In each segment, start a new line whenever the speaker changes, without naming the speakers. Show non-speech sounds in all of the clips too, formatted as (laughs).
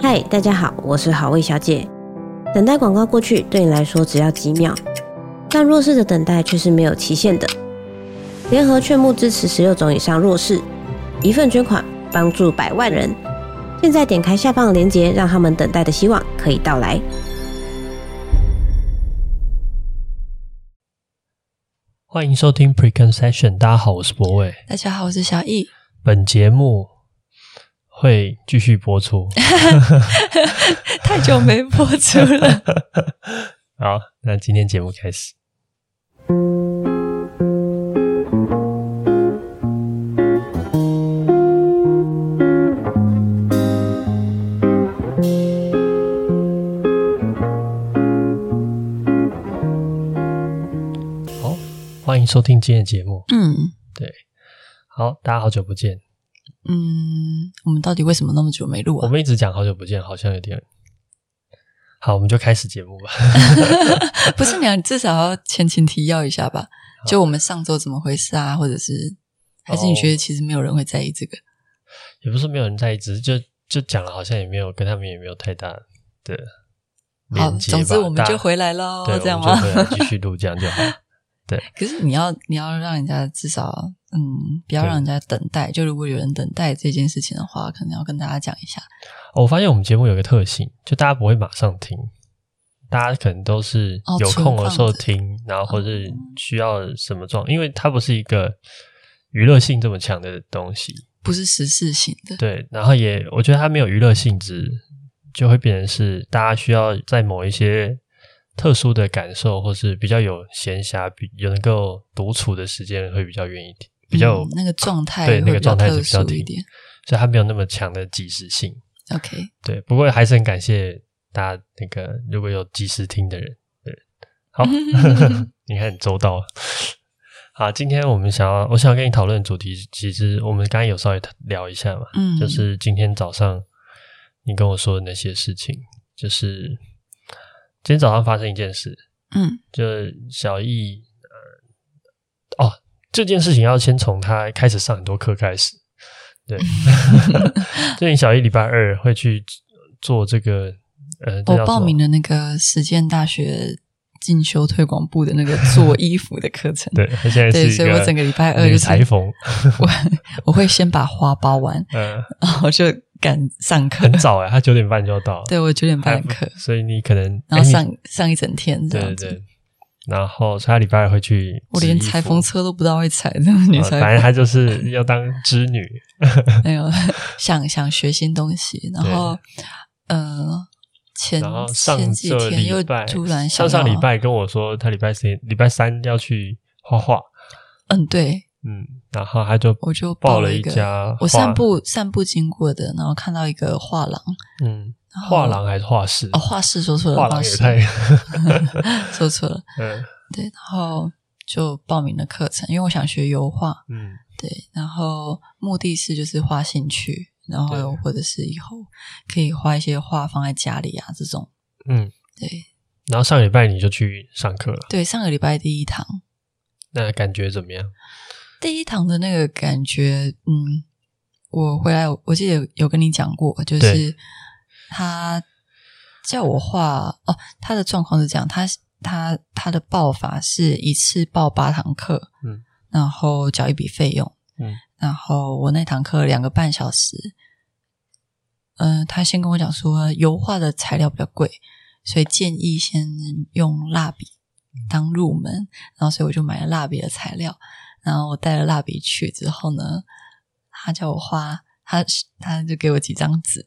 嗨，大家好，我是好味小姐。等待广告过去对你来说只要几秒，但弱势的等待却是没有期限的。联合劝募支持十六种以上弱势，一份捐款帮助百万人。现在点开下方的链接，让他们等待的希望可以到来。
欢迎收听 Preconception，大家好，我是博伟。
大家好，我是小易。 (laughs)
本节目会继续播出。
太久没播出了，
好，那今天节目开始。好，欢迎收听今天的节目。
(laughs) 嗯
好，大家好久不见。
嗯，我们到底为什么那么久没录
我
啊？
们一直讲好久不见，好像有点……好，我们就开始节目吧。
(laughs)
(laughs)
不是你啊，你至少要前情提要一下吧？就我们上周怎么回事啊？或者是，还是你觉得其实没有人会在意这个？
也不是没有人在意，只是就就讲了，好像也没有跟他们也没有太大的
好
哦连接吧
总之我们
大
就回来咯
对，
这样
我们就
吗
回来继续录，这样就好。
(laughs)
(laughs)
可是你要你要让人家至少，嗯，不要
对
让人家等待。就如果有人等待这件事情的话，可能要跟大家讲一下。
哦我发现我们节目有个特性，就大家不会马上听，大家可能都是
哦
有空的时候
存放着哦
听，然后或是需要什么状，因为它不是一个娱乐性这么强的东西，
不是时事型的，
对，然后也我觉得它没有娱乐性质，就会变成是大家需要在某一些特殊的感受，或是比较有闲暇、比有能够独处的时间，会比较愿意听，比较有、
嗯那个状态
对
会
那个
比较
状态
特
是比较
殊一
听
点，
所以它没有那么强的即时性。
OK，
对，不过还是很感谢大家那个如果有及时听的人，对，
(laughs)
好， (laughs) 你看很周到。 (laughs) 好，今天我们想要，我想要跟你讨论的主题，其实我们刚才有稍微聊一下嘛，
嗯
就是今天早上你跟我说的那些事情，就是今天早上发生一件事，
嗯
就是小易，呃，哦，这件事情要先从他开始上很多课开始。
(laughs)
对，最近小易礼拜二会去做这个，呃，这
我
叫
报
什么。
名了那个实践大学进修推广部的那个做衣服的课程
对，他现在是
对，
一
所以我整个礼拜二
女
就是
裁缝，
(laughs) 我我会先把花包完，
呃，
然后就赶上课
很。早哎、他九点半就要到，
对我九点
还
半
不，
的课，
所以你可能
然后
哎你
上上一整天这
对
样
对
子。
对，然后所以他礼拜二会去，
我连裁缝。车都不知道会裁，这样女
呃反
裁
正他就是要当织女，
(laughs) 缝没有想想学新东西，然后呃前
然后
前
上
几
这
天
礼
又
拜，
突然想
上上礼
要
拜跟我说，他礼拜三礼拜三要去画画，
嗯对，
嗯，然后他就
我就
报
报了
一
一个
家，
我散，步散步经过的，然后看到一个画廊，
嗯，
然后
画廊还是画室？
哦，画室说错了，
画廊也
室
太，
(laughs)
(laughs)
说错了，
嗯
对，然后就报名了课程，因为我想学油画，
嗯，
对，然后目的是就是画兴趣，然后
对
或者是以后可以画一些画放在家里啊这种，
嗯，
对
然后上礼拜你就去上课了，
对，上个礼拜第一堂，
那感觉怎么样？
第一堂的那个感觉，嗯，我回来我记得有跟你讲过，就
对
是他叫我画哦，他的状况是这样，他他他的报法是一次报八堂课，
嗯，
然后缴一笔费用，
嗯，
然后我那堂课两个半小时，嗯、他先跟我讲说油画的材料比较贵，所以建议先用蜡笔当入门，然后所以我就买了蜡笔的材料，然后我带了蜡笔去之后呢，他叫我画，他他就给我几张纸，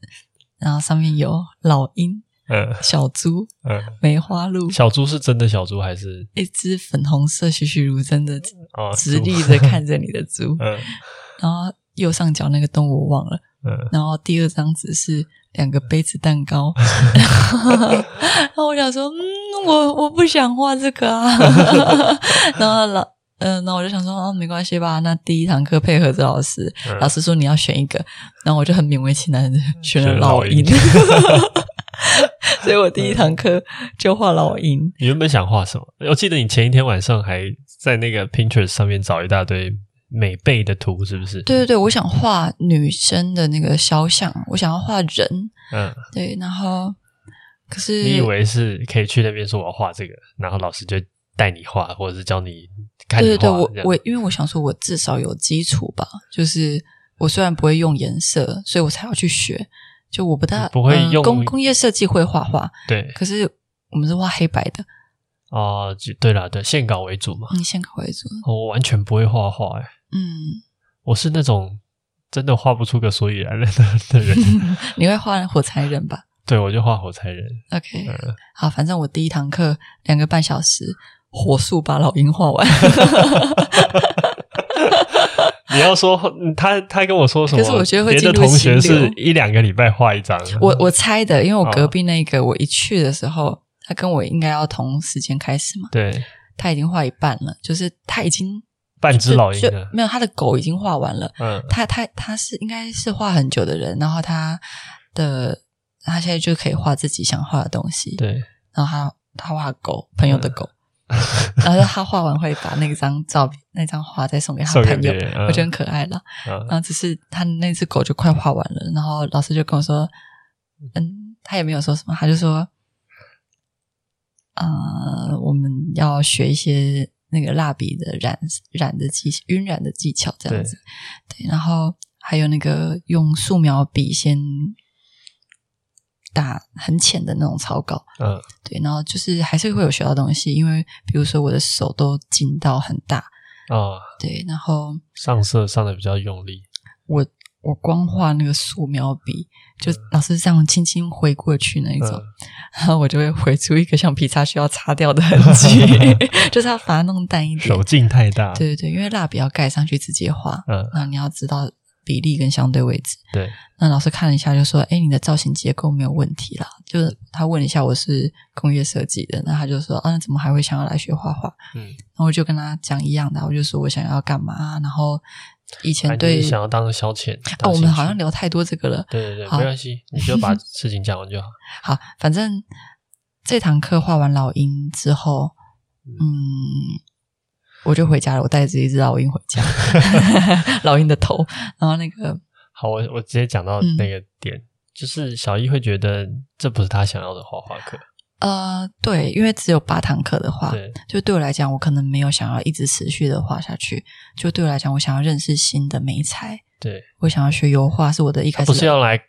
然后上面有老鹰、
嗯
小猪、
嗯，
梅花鹿，
小猪是真的小猪还是
一只粉红色栩栩如生的
哦
直
猪，
立着看着你的猪
(laughs) 嗯
然后右上角那个动物我忘了，
(laughs) 嗯，
然后第二张纸是两个杯子蛋
(laughs)
糕，然后我想说，嗯，我我不想画这
(laughs)
个啊，然后老。嗯，那我就想说，啊，没关系吧。那第一堂课配合着老师，
嗯
老师说你要选一个，然后我就很勉为其难的选了
选
老
老
鹰
鹰，
(laughs) 所以我第一堂课就画老
嗯
鹰。
你原本想画什么？我记得你前一天晚上还在那个 Pinterest 上面找一大堆美背的图，是不是？
对对对，我想画女生的那个肖像，我想要画人，
嗯，
对，然后可是
你以为是可以去那边说我要画这个，然后老师就带你画，或者是教你看你
对对
画。
对，我
这样
我因为我想说，我至少有基础吧，就是我虽然不会用颜色，所以我才要去学。就我不大
你不会
嗯
用
工工业设计会画画，
对
可是我们是画黑白的，
哦、就对了，对线稿为主嘛。
嗯，先搞为主，
哦我完全不会画画，哎，
嗯，
我是那种真的画不出个所以然来的的
(laughs)
人。
你会画火柴人吧
对，我就画火柴人。
？OK，
(laughs) 嗯，
好，反正我第一堂课两个半小时，火速把老鹰画完。 (laughs)
你要说嗯他，他跟我说什么？
可是我觉得会
别的
进入
同学
心流
是一两个礼拜画一张。
我我猜的，因为我
哦
隔壁那个，我一去的时候，他跟我应该要同时间开始嘛，
对
他已经画一半了，就是他已经
半只
就
老鹰
就
的，
没有，他的狗已经画完了。
嗯，
他他他是应该是画很久的人，然后他的他现在就可以画自己想画的东西。
对，
然后他他画狗，朋友的狗，
嗯
(laughs) 然后他画完会把那张照片那张画再送给他
送给
朋友
别人，嗯
我觉得很可爱了。
嗯，
然后只是他那只狗就快画完了，然后老师就跟我说，嗯，他也没有说什么，他就说，呃，我们要学一些那个蜡笔的染染的技晕染的技巧这样子，对然后还有那个用素描笔先打很浅的那种草稿，
嗯，
对，然后就是还是会有学到东西，因为比如说我的手都筋到很大，
哦，
对，然后。
上色上的比较用力，
我我光画那个素描笔，就老师这样轻轻挥过去那一种，
嗯
然后我就会挥出一个橡皮擦需要擦掉的痕
(laughs)
迹， (laughs) 就是要把它弄淡一点
手。劲太大。
对对对，因为蜡笔要盖上去直接画，
嗯，
那你要知道比例跟相对位置。
对，
那老师看了一下就说：“哎，你的造型结构没有问题啦。”就是他问了一下我是工业设计的，那他就说：“啊，那怎么还会想要来学画画？”
嗯，
然后我就跟他讲一样的，我就说我想要干嘛，啊然后以前
反正
对
就是想要当消遣。
啊，
当
我们
兴
好像
趣
聊太多这个了。
对对对，
好
没关系，你就把事情讲完就好。
好，反正这堂课画完老鹰之后，嗯，我就回家了。我带着一只老鹰回
(laughs)
家， (laughs) 老鹰的头，然后那个
好，我我直接讲到
嗯
那个点，就是小一会觉得这不是他想要的画画课，
呃，对，因为只有八堂课的话，
对
就对我来讲，我可能没有想要一直持续的画下去。就对我来讲，我想要认识新的美材，
对，
我想要学油画，是我的一开
他啊
始
不
的
是要来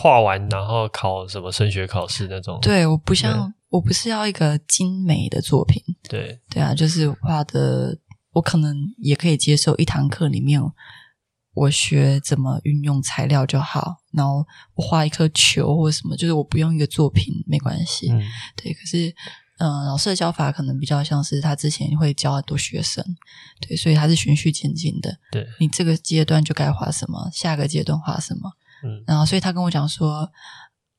画完然后考什么升学考试那种。
对，我不像我不是要一个精美的作品，
对
对啊，就是画的，我可能也可以接受一堂课里面，我学怎么运用材料就好，然后我画一颗球或什么，就是我不用一个作品没关系。
嗯，
对，可是，嗯、老师的教法可能比较像是他之前会教很多学生，对，所以他是循序渐进的。
对，
你这个阶段就该画什么，下个阶段画什么。
嗯
然后所以他跟我讲说，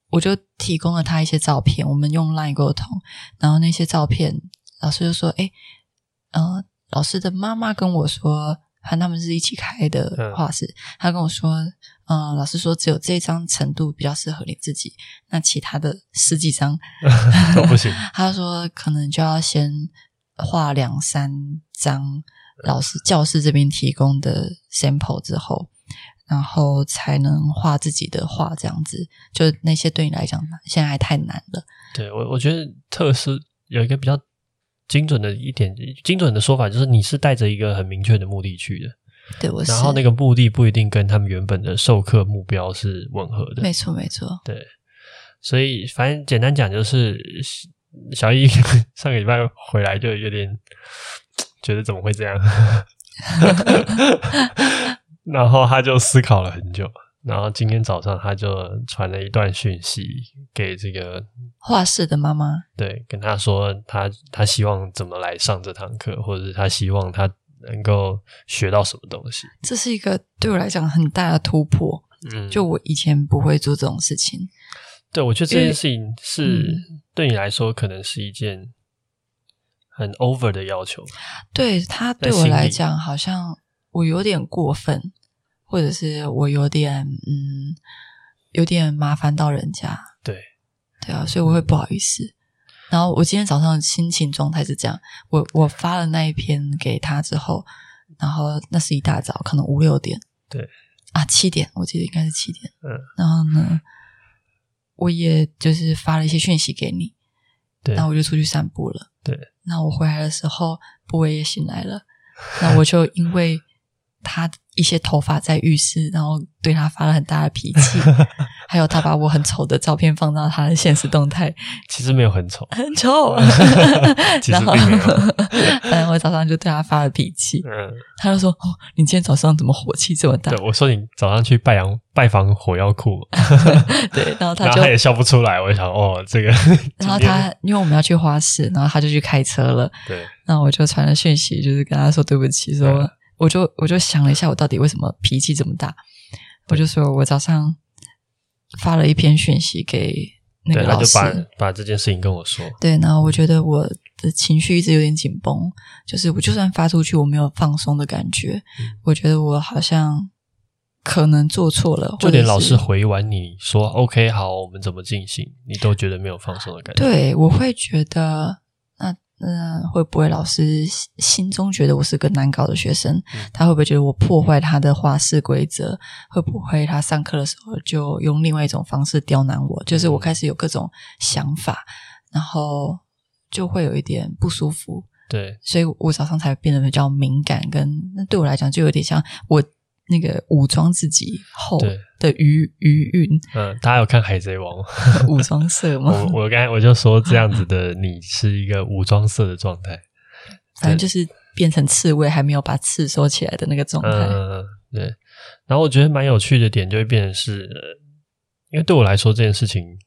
我就提供了他一些照片，我们用 LINE 沟通，然后那些照片，老师就说，哎，呃，老师的妈妈跟我说，和他们是一起开的
嗯
画室，他跟我说，嗯、老师说只有这张程度比较适合你自己，那其他的十几张
嗯 (laughs) 都不行。
他说可能就要先画两三张老师教室这边提供的 sample 之后，然后才能画自己的画，这样子就那些对你来讲现在还太难了。
对我，我觉得特斯有一个比较精准的一点，精准的说法就是你是带着一个很明确的目的去的，
对我是，
然后那个目的不一定跟他们原本的授课目标是吻合的。
没错没错，
对，所以反正简单讲就是，小易 (laughs) 上个礼拜回来就有点觉得怎么会这样， (laughs) 然后他就思考了很久，然后今天早上他就传了一段讯息给这个
画室的妈妈，
对，跟他说他他希望怎么来上这堂课，或者是他希望他能够学到什么东西，
这是一个对我来讲很大的突破。
嗯，
就我以前不会做这种事情，
对，我觉得这
因为
件事情是、对你来说可能是一件很 over 的要求。
对他对
在
我
心
来
里
讲，好像我有点过分，或者是我有点嗯，有点麻烦到人家。
对，
对啊，所以我会不好意思。然后我今天早上的心情状态是这样，我我发了那一篇给他之后，然后那是一大早，可能五六点，
对
啊七点，我记得应该是七点。
嗯，
然后呢，我也就是发了一些讯息给你，
对
那我就出去散步了。
对，
那我回来的时候，布威也醒来了，那我就因为他一些头发在浴室，然后对他发了很大的脾
(laughs)
气，还有他把我很丑的照片放到他的现实动态，
其实没有很
(laughs)
丑，。
很丑
(laughs) 其实
然后
并没有，
(laughs) 然后我早上就对他发了脾气，
嗯，
他就说：“哦，你今天早上怎么火气这么大
对，我说你早上去拜阳拜访火药库，？”
对，然后 (laughs) 他
然
就
后他，也笑不出来，我就想哦，这个，
(laughs) 然
今
后
天
他，因为我们要去花市，然后他就去开车了。
对
那我就传了讯息，就是跟他说对不起，
嗯
说我就我就想了一下，我到底为什么脾气这么大，我就说我早上发了一篇讯息给那
对，
个
他
老
就
师，
把把这件事情跟我说，
对，然后我觉得我的情绪一直有点紧绷，就是我就算发出去，我没有放松的感觉，
嗯
我觉得我好像可能做错了，
就
或者
连老
是
师回完你说 OK 好，我们怎么进行，你都觉得没有放松的感觉，
对，我会觉得，那那会不会老师心心中觉得我是个难搞的学生？
嗯
他会不会觉得我破坏他的画室规则？会不会他上课的时候就用另外一种方式刁难我？就是我
嗯
开始有各种想法，然后就会有一点不舒服，
对
所以我早上才变得比较敏感，跟那对我来讲就有点像我。那个武装自己后
对
的余余韵，
嗯，大家有看《海贼王》吗？
(laughs) 武装
(laughs)
色吗？
我我刚才我就说这样子的你是一个武装色的状态，
反正就是变成刺猬还没有把刺收起来的那个状态。
嗯，对。然后我觉得蛮有趣的点就会变成是，呃因为对我来说这件事情，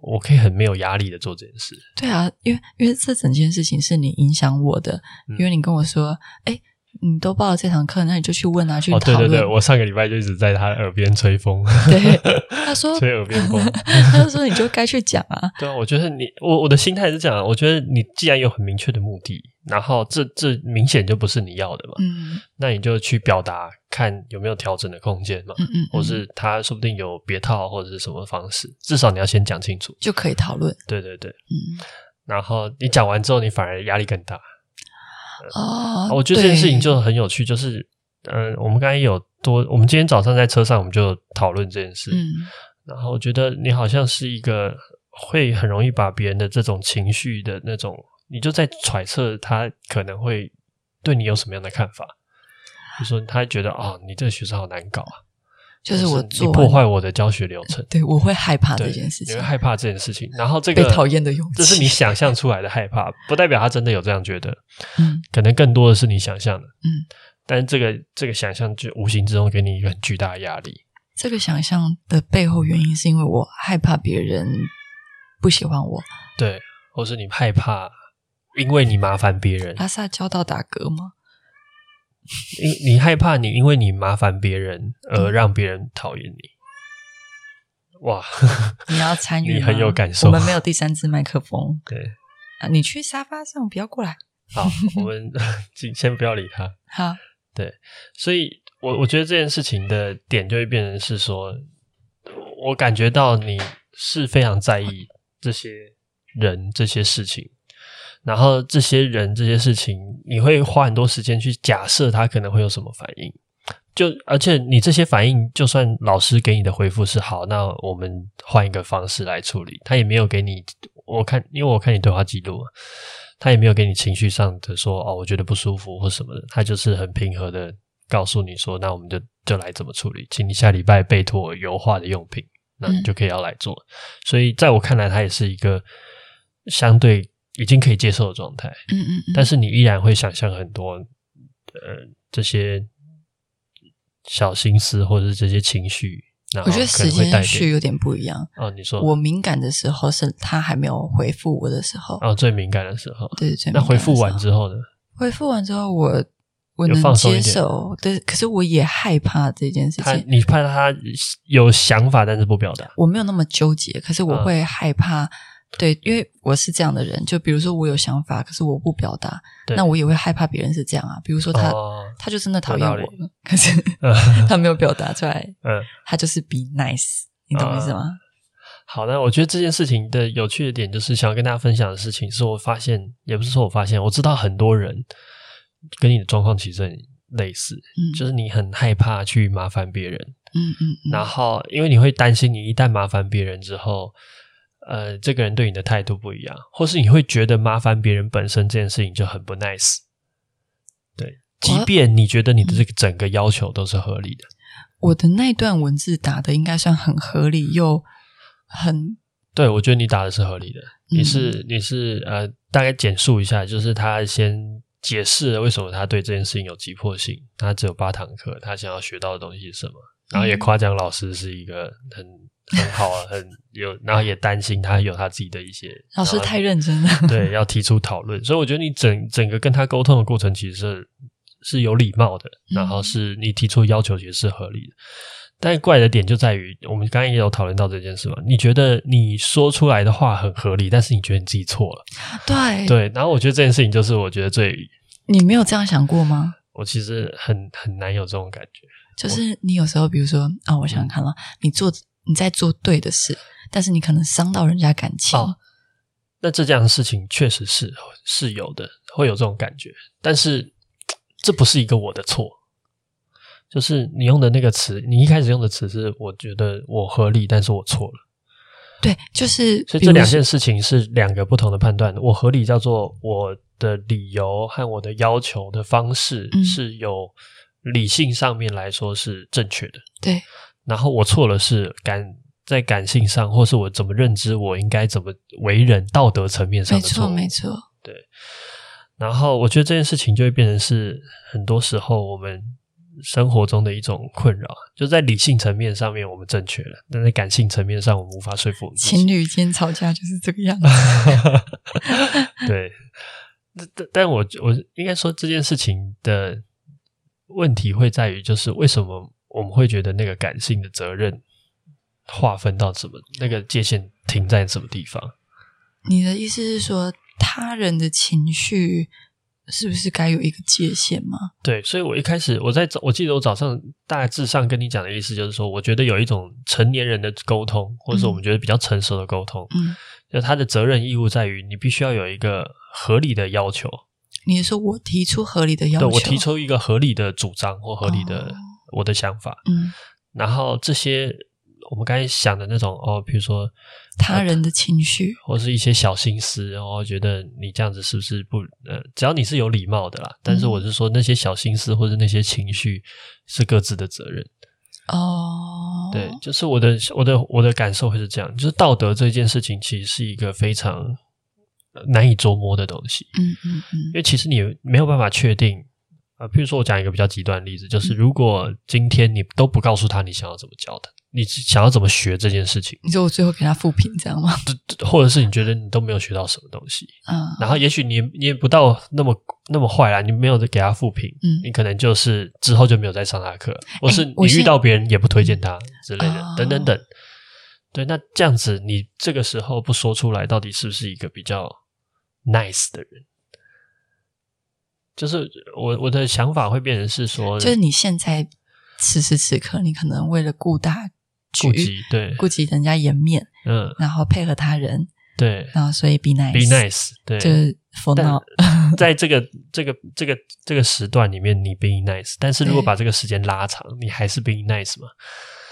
我可以很没有压力的做这件事。
对啊，因为因为这整件事情是你影响我的，
嗯
因为你跟我说，哎，你都报了这堂课，那你就去问啊，去
哦，对
讨
对
论。
对，我上个礼拜就一直在他耳边吹风，
(laughs)
(laughs)
对他说，
吹耳边风。
(laughs) 他就说你就该去讲啊。
对啊，我觉得你我我的心态是这样，我觉得你既然有很明确的目的，然后这这明显就不是你要的嘛，
嗯
那你就去表达，看有没有调整的空间嘛，
嗯嗯，
或
嗯
是他说不定有别套或者是什么方式，至少你要先讲清楚。
就可以讨论。
对对对，
嗯
然后你讲完之后，你反而压力更大。
哦，
呃我觉得这件事情
对
就很有趣，就是嗯，我们刚才有多，我们今天早上在车上我们就讨论这件事，
嗯
然后我觉得你好像是一个会很容易把别人的这种情绪的那种，你就在揣测他可能会对你有什么样的看法。就说他觉得啊、你这个学生好难搞啊，
就是我
或是你
做
破
完，嗯
坏我的教学流程，
对我会害怕这
对
件事情
你会，害怕这件事情。然后这个
被讨厌的勇气
这是你想象出来的害怕，不代表他真的有这样觉得，
嗯
可能更多的是你想象的。
嗯，
但是这个这个想象就无形之中给你一个很巨大的压力。
这个想象的背后原因是因为我害怕别人不喜欢我。
对，或是你害怕，因为你麻烦别人，
拉萨教到打嗝吗？ (laughs)
你你害怕你因为你麻烦别人而让别人讨厌你。哇，
你要参与
(laughs)
吗，
你很有感受
我们没有第三支麦克风
对，
啊，你去沙发上，不要过来。
好，我们 (laughs) 先先不要理他。
好，
所以我我觉得这件事情的点就会变成是说，我感觉到你是非常在意这些人这些事情，然后这些人这些事情，你会花很多时间去假设他可能会有什么反应。就而且你这些反应，就算老师给你的回复是好，那我们换一个方式来处理，他也没有给你。我看，因为我看你对话记录嘛，他也没有给你情绪上的说哦，我觉得不舒服或什么的，他就是很平和的告诉你说，那我们就就来怎么处理，请你下礼拜备妥油画的用品，那你就可以要来做。所以在我看来，他也是一个相对已经可以接受的状态。
嗯嗯嗯，
但是你依然会想象很多呃这些小心思或者是这些情绪，然后
我觉得
哦可
时
能会带
间序
给
有点不一样。
哦，你说
我敏感的时候是他还没有回复我的时候，
哦最敏感的时候，
对对对。
那回复完
后，
之后呢？
回复完之后我。我
有
能
放松一
接
点
受，对，可是我也害怕这件事
他
情。
你怕他有想法，但是不表达，
我没有那么纠结，可是我
嗯
会害怕。对，因为我是这样的人，就比如说我有想法，可是我不表达，
对
那我也会害怕别人是这样啊。比如说他，
哦
他就真的讨厌我
有道
了， (laughs)
(laughs)
可是他没有表达出来，
嗯。
他就是 be nice，你懂我意
呃
思吗？
好，那我觉得这件事情的有趣的点就是想要跟大家分享的事情，是我发现，也不是说我发现，我知道很多人跟你的状况其实很类似，
嗯
就是你很害怕去麻烦别人，
嗯嗯嗯，
然后因为你会担心，你一旦麻烦别人之后，呃，这个人对你的态度不一样，或是你会觉得麻烦别人本身这件事情就很不 nice。对，即便你觉得你的这个整个要求都是合理的，
我的那段文字打的应该算很合理又很
对我觉得你打的是合理的。你
嗯
是你是呃，大概简述一下，就是他先解释了为什么他对这件事情有急迫性，他只有八堂课，他想要学到的东西是什么，然后也
嗯
夸奖老师是一个很很好啊，很有，然后也担心他有他自己的一些
老师
然后
太认真了，
对，要提出讨论。所以我觉得你整整个跟他沟通的过程，其实是是有礼貌的，
嗯
然后是你提出的要求也是合理的。但怪的点就在于，我们刚刚也有讨论到这件事嘛。你觉得你说出来的话很合理，但是你觉得你自己错了，
对，
对。然后我觉得这件事情就是我觉得最，
你没有这样想过吗？
我其实很很难有这种感觉。
就是你有时候，比如说啊，我想想看了，你做你在做对的事，但是你可能伤到人家感情，
哦那这样的事情确实是是有的，会有这种感觉，但是这不是一个我的错，就是你用的那个词，你一开始用的词是我觉得我合理，但是我错了，
对，就是
所以
比
这
如
两
说
件事情是两个不同的判断。我合理叫做我的理由和我的要求的方式
嗯
是有理性上面来说是正确的，
对，
然后我错了是感。在感性上，或是我怎么认知，我应该怎么为人，道德层面上
没
的错
错
误，
没错，
然后我觉得这件事情就会变成是很多时候我们生活中的一种困扰，就在理性层面上面我们正确了，但在感性层面上我们无法说服我们自己
情。侣 (laughs) 间吵架就是这个样子，
(laughs) 对，但但但我我应该说这件事情的问题会在于，就是为什么我们会觉得那个感性的责任划分到什么那个界限停在什么地方？
你的意思是说，他人的情绪是不是该有一个界限吗？
对，所以我一开始我在早我记得我早上大致上跟你讲的意思就是说，我觉得有一种成年人的沟通，或者是我们觉得比较成熟的沟通，
嗯，
就他的责任义务在于你必须要有一个合理的要求，
你是说我提出合理的要
对
求，
我提，出一个合理的主张或合理的、
哦
我的想法，
嗯，
然后这些我们刚才想的那种哦，比如说
他人的情绪，
或是一些小心思，然、后觉得你这样子是不是不呃，只要你是有礼貌的啦，但是
嗯
我是说那些小心思或者那些情绪是各自的责任。
哦，
对，就是我的我的我的感受会是这样，就是道德这件事情其实是一个非常呃难以捉摸的东西，
嗯嗯嗯
因，为其实你没有办法确定啊。譬如说我讲一个比较极端的例子，就是
嗯
如果今天你都不告诉他你想要怎么教他，你想要怎么学这件事情，
你说我最后给他复评这样吗？
或者是你觉得你都没有学到什么东西，
嗯
然后也许你也你也不到那么那么坏啦，你没有给他复评。
嗯
你可能就是之后就没有再上他的课，或是
哎我
你
现
遇到别人也不推荐他之类的，
哦
等等等。对，那这样子你这个时候不说出来，到底是不是一个比较 nice 的人？就是我我的想法会变成是说，
就是你现在此时此刻，你可能为了顾大局
顾及对，
顾及人家颜面，
嗯，
然后配合他人，
对
然后所以 be nice
，be nice，对，
就是 for
但
now，
在这个这个这个这个时段里面，你 being nice，但是如果
对
把这个时间拉长，你还是 being nice 嘛？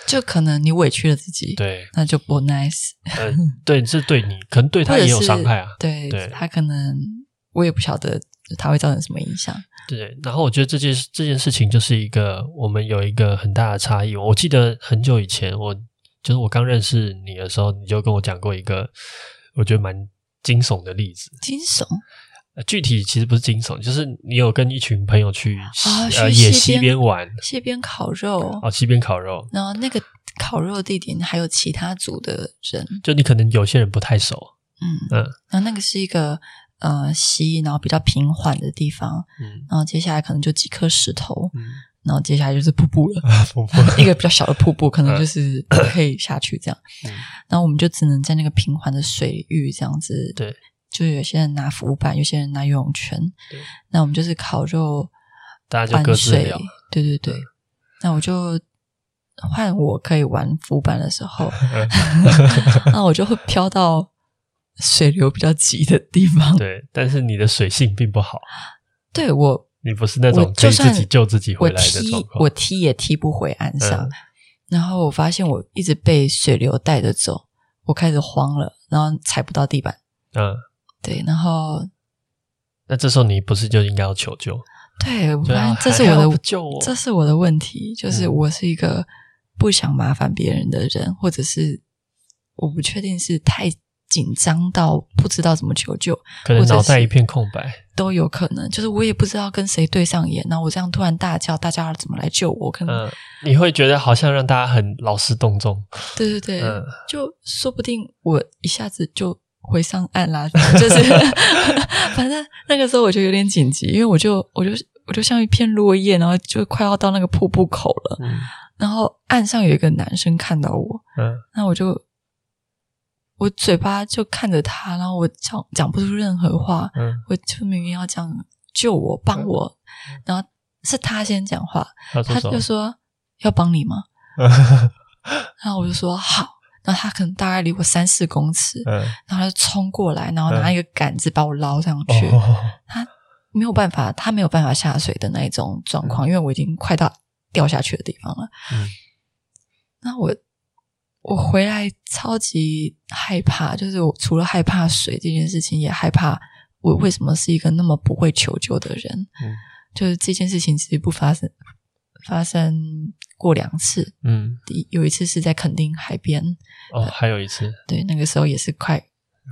就可能你委屈了自己，
对，
那就不 nice，
呃，对，是对你，可能对
或
他
者
也
是
有伤害啊。
对
对
他可能我也不晓得他会造成什么影响，
对，然后我觉得这件事这件事情就是一个我们有一个很大的差异。我记得很久以前，我就是我刚认识你的时候，你就跟我讲过一个我觉得蛮惊悚的例子。
惊悚
呃具体其实不是惊悚，就是你有跟一群朋友去西、
啊，
呃
去
野溪边玩
溪边烤肉，嗯
哦，溪边烤肉，
然后那个烤肉的地点还有其他组的人，
就你可能有些人不太熟，
嗯
嗯
然后那个是一个呃溪，然后比较平缓的地方，
嗯
然后接下来可能就几颗石头，
嗯，
然后接下来就是瀑布了，
婆 (laughs) 婆
一个比较小的瀑布，可能就是
嗯
可以下去这样。然后我们就只能在那个平缓的水域这样子，
对，
就有些人拿浮板，有些人拿游泳圈
对，
那我们就是烤肉、
大家就各
玩
自
水
聊，，嗯
对对对。那我就换我可以玩浮板的
(laughs)
时候， (laughs)
嗯
那我就会飘到水流比较急的地方。
对，但是你的水性并不好，
对我
你不是那
我
种可
就
以自
算
己救自己
我
回来的状
踢
况。
我踢也踢不回岸上，
嗯
然后我发现我一直被水流带着走，我开始慌了，然后踩不到地板，
嗯，
对，然后
那这时候你不是就应该要求救？
对，我
对
发
啊
现哎这是
还
我
好
的
不救我
这是我的问题，就是
嗯
我是一个不想麻烦别人的人，或者是我不确定是太紧张到不知道怎么求救，
可能
或者
脑袋
是
一片空白。
都有可能。就是我也不知道跟谁对上眼，那我这样突然大叫，大家怎么来救我？可能、
嗯，你会觉得好像让大家很劳师动众。
对对对，
嗯
就说不定我一下子就回上岸
(laughs)
啦，就是反正那个时候我就有点紧急，因为我就我就我就像一片落叶，然后就快要到那个瀑布口了，
嗯
然后岸上有一个男生看到我，
嗯
那我就我嘴巴就看着他，然后我讲讲不出任何话，
嗯，
我就明明要讲救我帮我，然后是他先讲话，
他嗯说
他
什
就
么？
说要帮你吗？然后我就说好，然后他可能大概离我三四公尺，
(laughs) 嗯，
然后他就冲过来，然后拿一个杆子把我捞上 (laughs) 去，
哦，
没有办法，他没有办法下水的那一种状况，因为我已经快到掉下去的地方了。
嗯
那我我回来超级害怕，就是我除了害怕水这件事情，也害怕我为什么是一个那么不会求救的人。
嗯
就是这件事情其实不发生，发生过两次，
嗯，
第有一次是在垦丁海边，
哦，还有一次，
对，那个时候也是快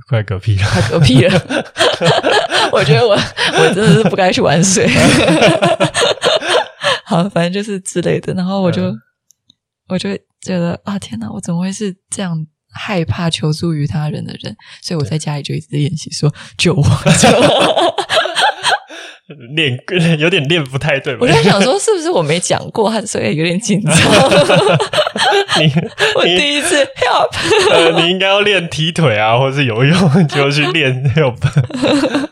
快嗝屁了。 (laughs)
快嗝屁了。 (laughs) 我觉得我我真的是不该去玩水。 (laughs) 好，反正就是之类的。然后我就、
嗯
我就觉得啊，天哪，我怎么会是这样害怕求助于他人的人？所以我在家里就一直练习说救我。 (laughs) 救我
练 (laughs) 有点练不太对吧？
我就在想说，是不是我没讲过，和所以有点紧
(laughs)
张。(laughs)
你
我
你
第一
(laughs)
次 help，
呃，你应该要练踢腿啊，或是游泳，就去
(laughs)
练 (laughs) help。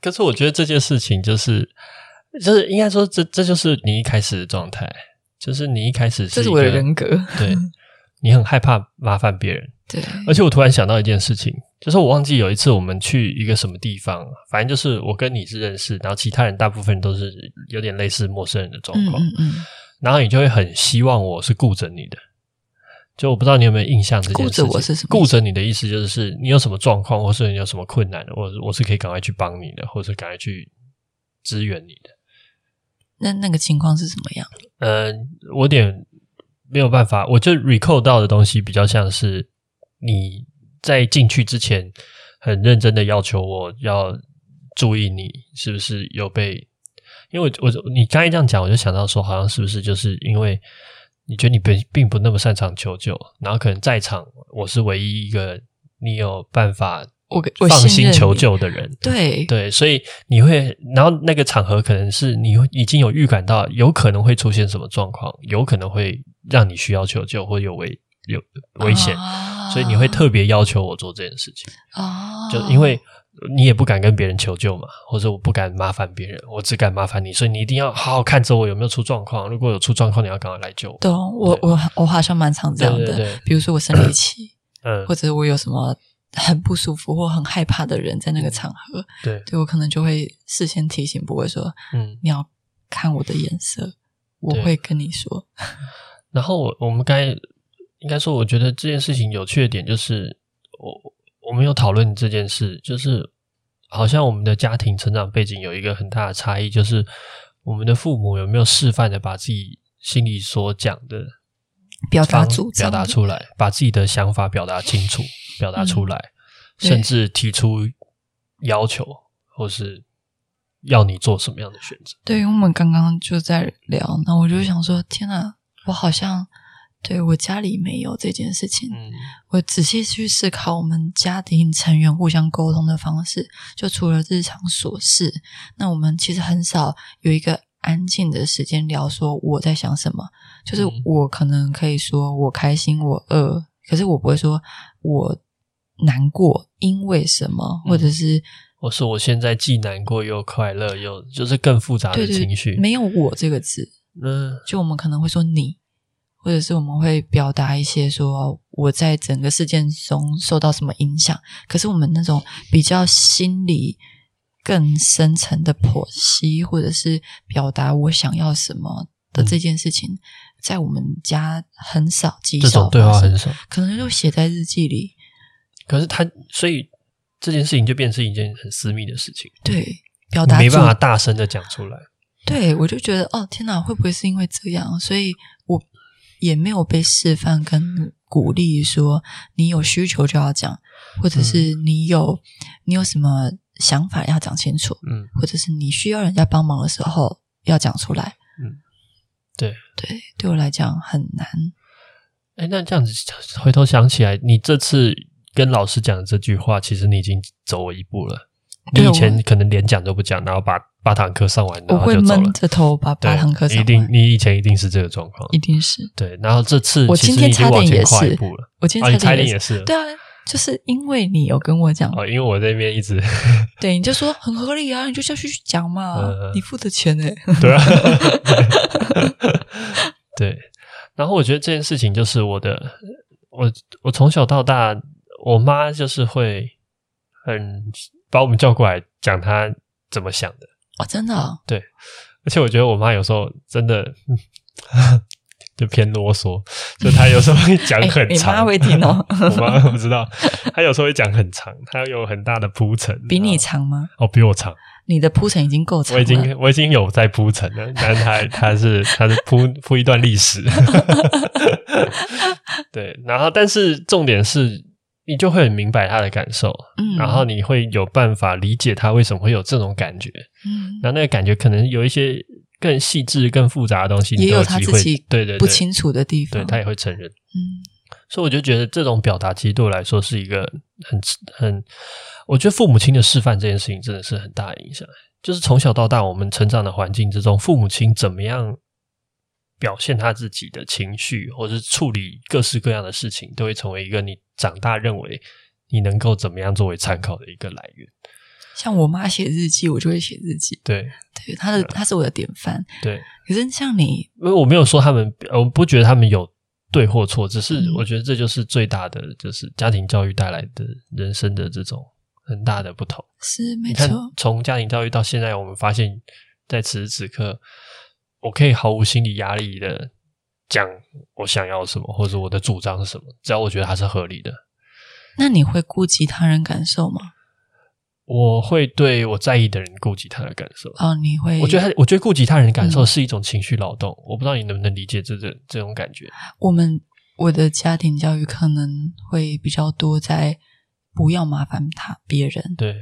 可是我觉得这件事情就是，就是应该说这这就是你一开始的状态，就是你一开始
这
一
是
个
我的人格。
对你很害怕麻烦别人，
对，
而且我突然想到一件事情，就是我忘记有一次我们去一个什么地方，反正就是我跟你是认识，然后其他人大部分都是有点类似陌生人的状
嗯
况，
嗯嗯，
然后你就会很希望我是顾着你的。就我不知道你有没有印象这件事情。
顾着我是什么意思
顾着你的意思就是你有什么状况，或是你有什么困难，我我是可以赶快去帮你的，或是赶快去支援你的。
那那个情况是什么样？
呃，我有点没有办法，我就 recall 到的东西比较像是你在进去之前很认真的要求我要注意你是不是有被，因为我我你刚才这样讲，我就想到说，好像是不是就是因为你觉得你并并不那么擅长求救，然后可能在场我是唯一一个你有办法
我给我
放
信
心
任
求
你
救的人，
对
对，所以你会，然后那个场合可能是你会已经有预感到有可能会出现什么状况，有可能会让你需要求救或有危有危险，
啊
所以你会特别要求我做这件事情，
哦，
就因为你也不敢跟别人求救嘛，或者我不敢麻烦别人，我只敢麻烦你，所以你一定要好好看着我有没有出状况，如果有出状况，你要赶快来救我。
懂我
对
我我好像蛮常这样的，
对对对
比如说我生理期， (clears throat)
嗯
或，者我有什么很不舒服或很害怕的人在那个场合，
对，
对我可能就会事先提醒，不会说
嗯。
你要看我的眼色，我
对
会跟你说，
然后我我们该应该说，我觉得这件事情有趣的点就是，我我们有讨论这件事，就是好像我们的家庭成长背景有一个很大的差异，就是我们的父母有没有示范的把自己心里所讲的
表达
方
主张
表
的，
达出来，把自己的想法表达清楚，表达出来，
嗯对
甚至提出要求，或是要你做什么样的选择。
对，因为我们刚刚就在聊，那我就想说，天哪，我好像对我家里没有这件事情，
嗯
我仔细去思考我们家庭成员互相沟通的方式，就除了日常琐事，那我们其实很少有一个安静的时间聊说我在想什么。就是
嗯
我可能可以说我开心，我饿，可是我不会说我难过，因为什么，或者
嗯
是
或是我现在既难过又快乐，又就是更复杂
对
的
对
情绪。
没有我这个字，
嗯，
就我们可能会说你，或者是我们会表达一些说我在整个事件中受到什么影响。可是我们那种比较心理更深层的剖析，或者是表达我想要什
嗯
么的这件事情，在我们家很少极
这
少
种对话
发生
很少。
可能就写在日记里。
可是他，所以这件事情就变成是一件很私密的事情，
对，表
你
达
没办
主
法大声的讲出来。
对，我就觉得哦，天哪，会不会是因为这样？所以我也没有被示范跟鼓励说，你有需求就要讲，
嗯
或者是你有、你有什么想法要讲清楚，
嗯，
或者是你需要人家帮忙的时候要讲出来。
嗯，对
对，对我来讲很难。
哎，那这样子回头想起来，你这次跟老师讲的这句话，其实你已经走我一步了。你
对
以
我
前可能连讲都不讲，然后把八堂课上完，
我
然后
会
就走了
闷。着头把八堂课
对，
上
一
完，
定，你以前一定是这个状况。
一定是。
对，然后这次
我
其
今
实你
天
已经
差
往
点
前
也
跨一
是
步了。，
我今
哦，你
天
差
差
点
点
也
是。
是。
对啊，就是因为你有跟我讲，
哦，因为我这边一
(laughs)
直
对，你就说很合理啊，你就下去讲嘛，
嗯
你付的钱哎、
对啊，对。然后我觉得这件事情就是我的，我我从小到大，我妈就是会很把我们叫过来讲她怎么想的，
哦，真的哦、
而且我觉得我妈有时候真的。
(laughs)
嗯就偏啰嗦，就她有时候会讲
哎
很
你
长。
妈会听哦
我妈我不知道，她有时候会讲很长，她有很大的铺陈。
比你
然后
长吗？
哦，比我长。
你的铺陈已经够长
嗯我
了，
已经我已经有在铺陈了，但他他
(laughs)
是他是铺铺一段历史， (laughs) 对，然后但是重点是你就会很明白他的感受，
嗯，
然后你会有办法理解他为什么会有这种感觉，
嗯，
然后那个感觉可能有一些更细致、更复杂的东西，你
也
都
有
有
他
机
自
会
己
对对
不
对
清楚的地
对
方，
他也会承认。
嗯
所以我就觉得这种表达其实对我来说是一个很很，我觉得父母亲的示范这件事情真的是很大的影响。就是从小到大，我们成长的环境之中，父母亲怎么样表现他自己的情绪，或是处理各式各样的事情，都会成为一个你长大认为你能够怎么样作为参考的一个来源。
像我妈写日记，我就会写日记，
对
对，她的她是我的典范。
对，
可是像你，
因为我没有说他们，呃我不觉得他们有对或错，只是
嗯
我觉得这就是最大的，就是家庭教育带来的人生的这种很大的不同。
是
你
没
看
错，，
从家庭教育到现在，我们发现，在此时此刻，我可以毫无心理压力的讲我想要什么，或者我的主张是什么，只要我觉得它是合理的，
那你会顾及他人感受吗？
我会对我在意的人顾及他的感受。
哦，你会？
我觉得他，我觉得顾及他人的感受
嗯
是一种情绪劳动，我不知道你能不能理解这这这种感觉。
我们我的家庭教育可能会比较多在不要麻烦他别人，
对，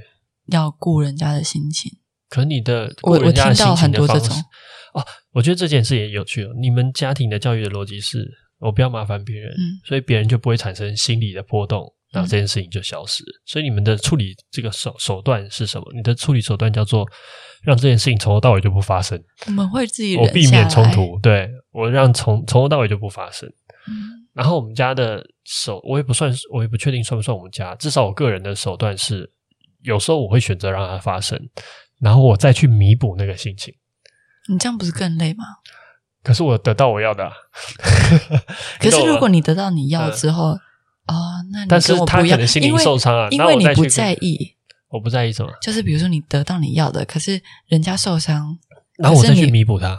要顾人家的心情。
可你的
我
顾人家的
我听
心
到
情
很
的
多
方
这
式
种
哦，我觉得这件事也有趣哦。你们家庭的教育的逻辑是，我不要麻烦别人，
嗯
所以别人就不会产生心理的波动，那
嗯
这件事情就消失了。所以你们的处理这个手手段是什么？你的处理手段叫做让这件事情从头到尾就不发生，
我们会自己
我
忍
避
下
免
来
冲。突，对我让从从头到尾就不发生。
嗯
然后我们家的手，我也不算，我也不确定算不算我们家，至少我个人的手段是，有时候我会选择让它发生，然后我再去弥补那个心情。
你这样不是更累吗？
可是我得到我要
(laughs)
的、啊，
可
懂
是
吗
如果你得到你要之后，啊、
啊
那你
嗯但是
跟我
他
不
可
要，
能心里
因为
受伤啊
因
那
为
我
你
再去
不
跟
在意。
我不在意什么，
就是比如说你得到你要的，可是人家受伤，
然后我
可是
再去
你
弥补它。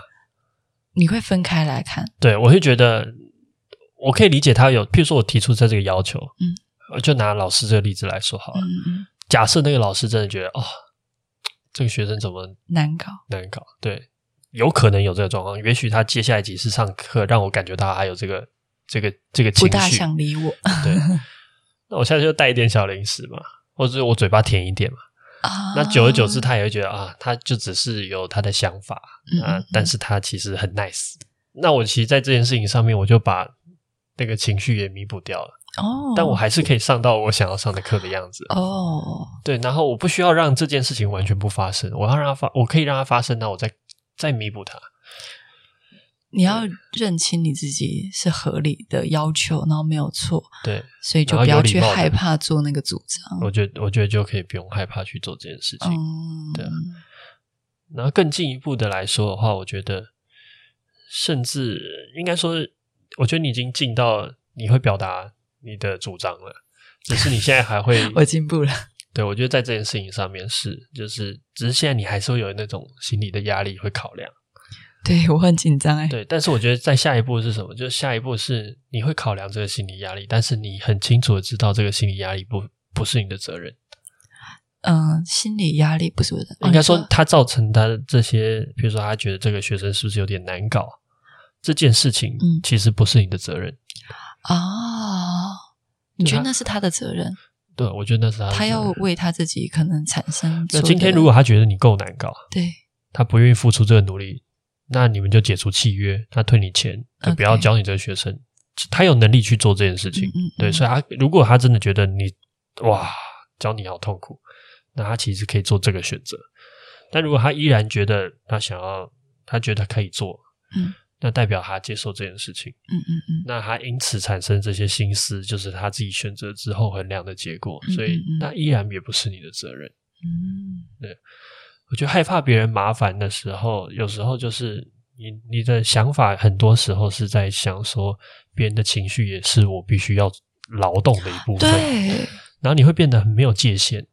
你会分开来看。
对，我会觉得我可以理解他有，譬如说我提出这这个要求，
嗯，
我就拿老师这个例子来说好了。
嗯嗯，
假设那个老师真的觉得哦，这个学生怎么
难搞。
难搞？对，有可能有这个状况，也许他接下来几次上课让我感觉到他有这个这个这个情
不
绪，
大想理我 (laughs)
对，那我下次就带一点小零食嘛，或者是我嘴巴甜一点嘛。
啊。
(laughs) 那久而久之，他也会觉得啊，他就只是有他的想法
嗯，
啊
嗯，
但是他其实很 nice。那我其实，在这件事情上面，我就把那个情绪也弥补掉了，
哦，
但我还是可以上到我想要上的课的样子。
哦，
对，然后我不需要让这件事情完全不发生，我要让它发，我可以让它发生，那我再再弥补它。
你要认清你自己是合理的要求，然后没有错，
对，
所以就
然后
不
有
要
礼
去
貌的
害怕做那个主张。
我觉得我觉得就可以不用害怕去做这件事情。
嗯，
对啊然后更进一步的来说的话，我觉得，甚至应该说，我觉得你已经进到你会表达你的主张了，只是你现在还会
(laughs) 我进步了。
对，我觉得在这件事情上面是，就是只是现在你还是会有那种心理的压力会考量，
对我很紧张哎、
对。但是我觉得在下一步是什么？就是下一步是你会考量这个心理压力，但是你很清楚的知道这个心理压力不不是你的责任，
嗯、心理压力不是我的，哦
应该说
你
他造成他的这些，比如说他觉得这个学生是不是有点难搞，这件事情
嗯
其实不是你的责任。
啊、你
就
觉得
他
那是他的责任？
对，我觉得那是他的责
他
任
要为他自己可能产生
那
出
今天
的
如果他觉得你够难搞，
对
他不愿意付出这个努力，那你们就解除契约，他退你钱，就不要
OK
教你这个学生。他有能力去做这件事情，
嗯嗯
对，
嗯
所以他如果他真的觉得你哇教你好痛苦，那他其实可以做这个选择。但如果他依然觉得他想要，他觉得可以做，
嗯，
那代表他接受这件事情，
嗯嗯嗯，
那他因此产生这些心思，就是他自己选择之后衡量的结果，
嗯
所以
嗯嗯
那依然也不是你的责任。
嗯，
我觉得害怕别人麻烦的时候，有时候就是你你的想法，很多时候是在想说，别人的情绪也是我必须要劳动的一部分。
嗯对，
然后你会变得很没有界限，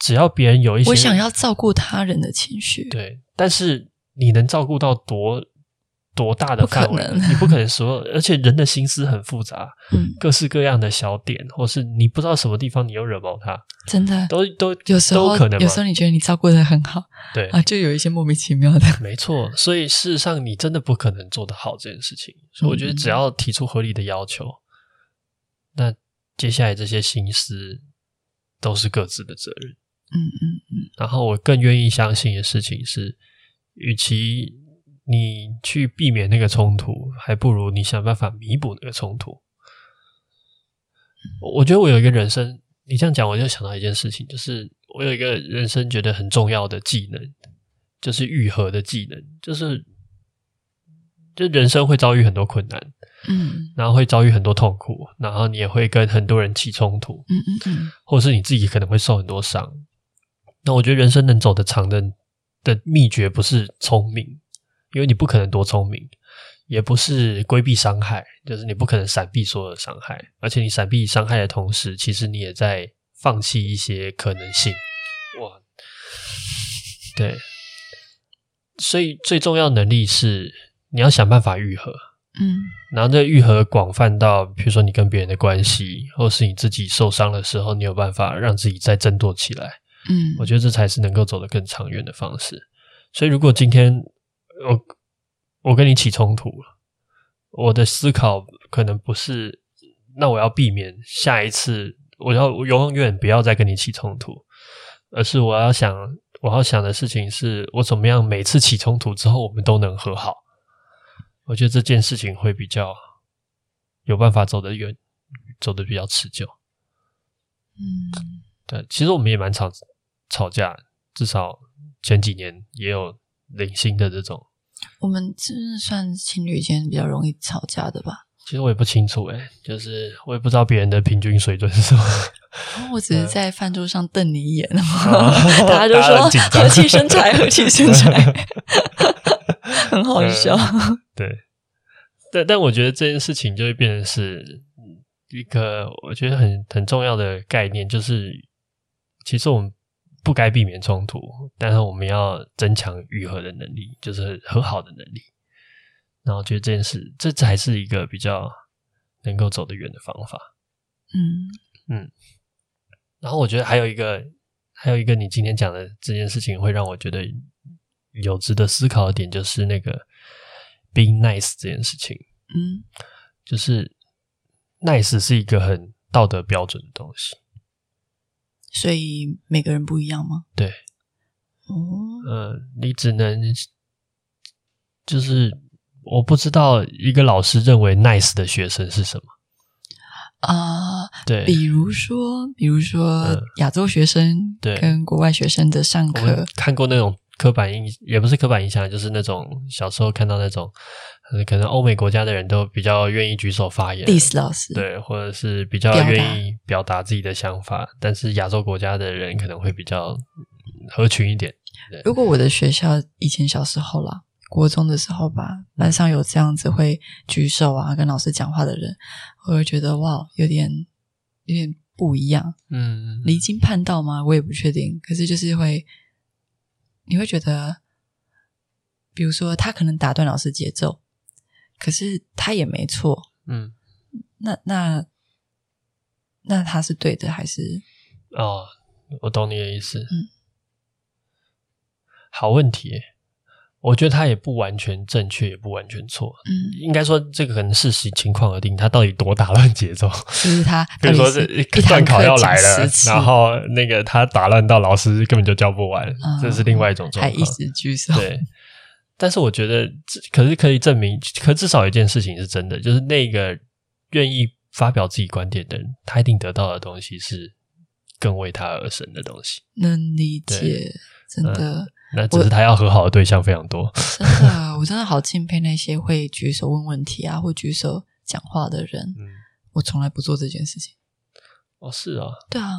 只要别人有一些
我想要照顾他人的情绪，
对，但是你能照顾到多多大的
不可
范围？
能
你不可能所有，而且人的心思很复杂，
嗯，
各式各样的小点，或是你不知道什么地方你又惹毛他，
真的，
都都
有时候
都可能嘛
有时候你觉得你照顾的很好
对
啊，就有一些莫名其妙
(laughs)
的，
没错，所以事实上你真的不可能做得好这件事情，所以我觉得只要提出合理的要求，那接下来这些心思都是各自的责任。
嗯嗯嗯，
然后我更愿意相信的事情是，与其你去避免那个冲突，还不如你想办法弥补那个冲突。我我觉得我有一个人生，你这样讲我就想到一件事情，就是我有一个人生觉得很重要的技能，就是愈合的技能，就是就人生会遭遇很多困难，
嗯
然后会遭遇很多痛苦，然后你也会跟很多人起冲突，
嗯嗯嗯，
或者是你自己可能会受很多伤。那我觉得人生能走得长的的秘诀不是聪明，因为你不可能多聪明，也不是规避伤害，就是你不可能闪避所有的伤害，而且你闪避伤害的同时，其实你也在放弃一些可能性。哇，对，所以最重要的能力是你要想办法愈合。
嗯
然后这愈合广泛到，比如说你跟别人的关系，或是你自己受伤的时候，你有办法让自己再振作起来。
嗯，
我觉得这才是能够走得更长远的方式。所以，如果今天呃我我跟你起冲突了，我的思考可能不是，那我要避免下一次，我要我永远不要再跟你起冲突，而是我要想，我要想的事情是我怎么样每次起冲突之后，我们都能和好。我觉得这件事情会比较有办法走得远，走得比较持久。
嗯
对，其实我们也蛮常吵架，至少前几年也有零星的这种。
我们真的算情侣间比较容易吵架的吧？
其实我也不清楚诶、就是我也不知道别人的平均水准是什么。 (laughs)
然后我只是在饭桌上瞪你一眼，
大 (laughs)
大家就
嗯啊家
说
很紧张
和气生财，和气生
(laughs)
财，很
嗯
好笑。
对，但但我觉得这件事情就会变成是嗯一个我觉得很很重要的概念，就是其实我们不该避免冲突，但是我们要增强愈合的能力，就是和好的能力。然后觉得这件事，这才是一个比较能够走得远的方法。
嗯
然后我觉得还有一个，还有一个你今天讲的这件事情，会让我觉得有值得思考的点，就是那个 being nice 这件事情。
嗯
就是 nice 是一个很道德标准的东西。
所以每个人不一样吗？
对，
哦，
呃，你只能就是我不知道一个老师认为 nice 的学生是什么。
啊，
对，
比如说，比如说
嗯
亚洲学生
对
跟国外学生的上
我们
课，
看过那种刻板印，也不是刻板印象，就是那种小时候看到那种，呃可能欧美国家的人都比较愿意举手发言
diss 老师，
对，或者是比较
嗯表达
愿意表达自己的想法，但是亚洲国家的人可能会比较合群一点。
如果我的学校以前小时候啦，国中的时候吧，班上有这样子会举手啊跟老师讲话的人，我会觉得哇，有点有点不一样。
嗯，
离经叛道吗？我也不确定。可是就是会，你会觉得，比如说他可能打断老师节奏，可是他也没错。
嗯
那那那他是对的还是？
哦，我懂你的意思。
嗯，
好问题耶，我觉得他也不完全正确，也不完全错。
嗯，
应该说，这个可能事实情况而定，他到底多打乱节奏？ (laughs)
就是他，
比如说
到底
是
是一
段
堂
考
课
要
讲
来了
10，次
然后那个他打乱到老师根本就教不完，这是另外一种状
啊嗯还一
况。
直举手，
对，但是我觉得这，可是可以证明，可至少有一件事情是真的，就是那个愿意发表自己观点的人，他一定得到的东西是更为他而生的东西。
(laughs) 能理解，真的，
那只是他要和好的对象非常多。
(laughs) 真的，我真的好敬佩那些会举手问问题啊，或举手讲话的人。
嗯，
我从来不做这件事情。
(laughs) 哦，是啊，
对啊，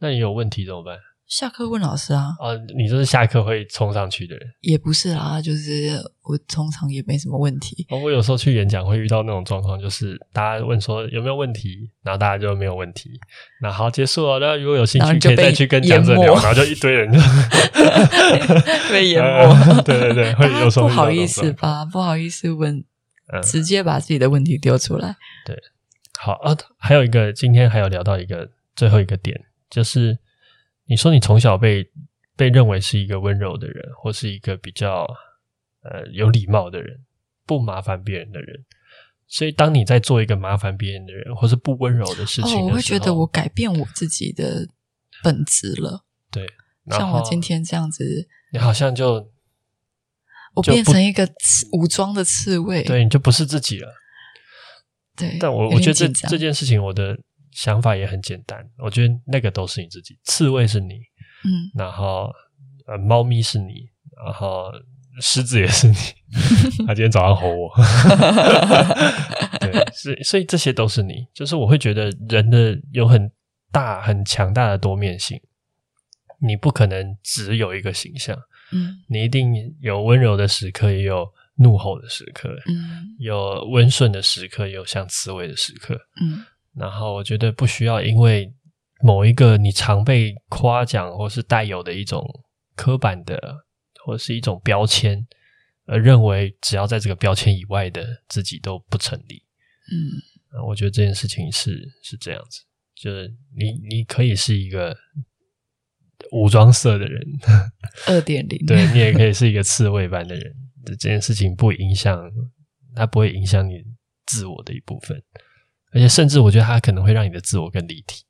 那你有问题怎么办？
下课问老师啊，
哦，你就是下课会冲上去的人。
也不是啦，就是我通常也没什么问题。
哦，我有时候去演讲会遇到那种状况，就是大家问说有没有问题，然后大家就没有问题，然后好结束了。那如果有兴
然后
趣，
你就
可以再
被
去跟讲者
淹没
聊，然后就一堆人就
(laughs)
(laughs)
被淹
呃 (laughs)
没。
对对对，会
大
有
家
时候
不
遇到
好
这
意
种
思
状况？
吧，不好意思问，
嗯
直接把自己的问题丢出来。
好啊，还有一个，今天还有聊到一个最后一个点，就是你说你从小被被认为是一个温柔的人，或是一个比较呃有礼貌的人，不麻烦别人的人。所以，当你在做一个麻烦别人的人，或是不温柔的事情的时
哦，
候，
我会觉得我改变我自己的本质了。
对，然
像我
后
今天这样子，
你好像就
我
就不
变成一个刺武装的刺猬。
对你就不是自己了。
对，
但我
有
我觉得
点
这
紧张
这件事情，我的想法也很简单。我觉得那个都是你自己，刺猬是你，
嗯，
然后呃，猫咪是你，然后狮子也是你。它今天早上吼我，对，所以所以这些都是你。就是我会觉得人的有很大很强大的多面性，你不可能只有一个形象。
嗯
你一定有温柔的时刻，也有怒吼的时刻，
嗯
有温顺的时刻，也有像刺猬的时刻。
嗯
然后我觉得不需要因为某一个你常被夸奖或是带有的一种刻板的或是一种标签，而认为只要在这个标签以外的自己都不成立。
嗯，
啊，我觉得这件事情是是这样子，就是你你可以是一个武装色的人，
二点 (laughs) 零。
对你也可以是一个刺猬般的人，这这件事情不影响，它不会影响你自我的一部分，而且甚至我觉得它可能会让你的自我更立体。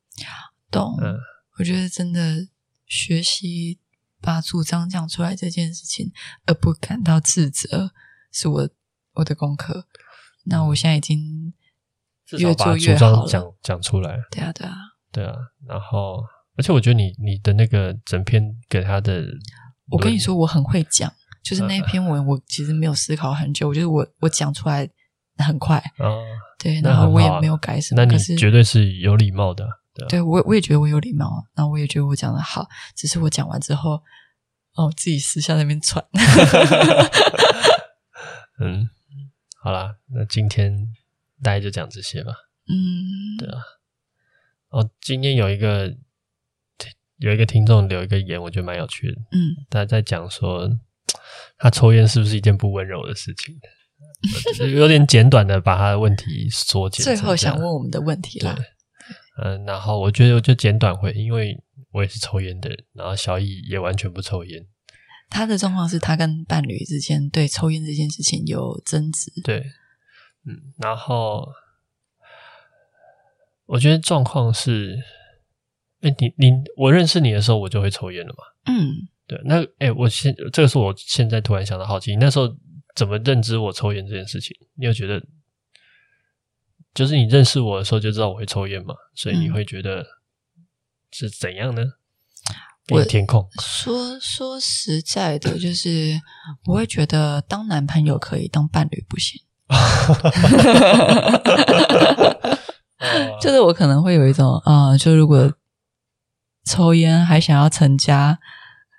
懂。
嗯
我觉得真的学习把主张讲出来这件事情，而不感到自责，是我我的功课。那我现在已经
嗯至
越
少把
做
主
越
张
好
讲
了。
讲出来，
对啊，对啊，
对啊。然后，而且我觉得你你的那个整篇给他的论，
我跟你说，我很会讲，就是
嗯
那篇文，我其实没有思考很久，我觉得我我讲出来很快，
啊，
对，
那
然后
很
我也
好啊
没有改什
那
么，
你
可是
绝对是有礼貌的啊，对啊
对我我也觉得我有礼貌啊，然后我也觉得我讲的好，只是我讲完之后，哦，自己私下那边喘。
嗯，好啦，那今天大概就讲这些吧。
嗯，对
哦，今天有一个有一个听众留一个言，我觉得蛮有趣的。
嗯，
他在讲说，他抽烟是不是一件不温柔的事情？呃有点简短的把他的问题缩减。
最后想问，我们的问题啦
对，嗯、然后我觉得我就简短回，因为我也是抽烟的人，然后小易也完全不抽烟。
他的状况是他跟伴侣之间对抽烟这件事情有争执，
对，嗯，然后我觉得状况是，哎，你你我认识你的时候，我就会抽烟了嘛。
嗯，
对，那哎、诶我现这个是我现在突然想到好奇，你那时候怎么认知我抽烟这件事情？你有觉得，就是你认识我的时候就知道我会抽烟嘛，所以你
嗯
会觉得是怎样呢？给
我
你填空，
说说实在的，就是我会觉得当男朋友可以，当伴侣不行，
哦
就是我可能会有一种啊、呃就如果抽烟还想要成家，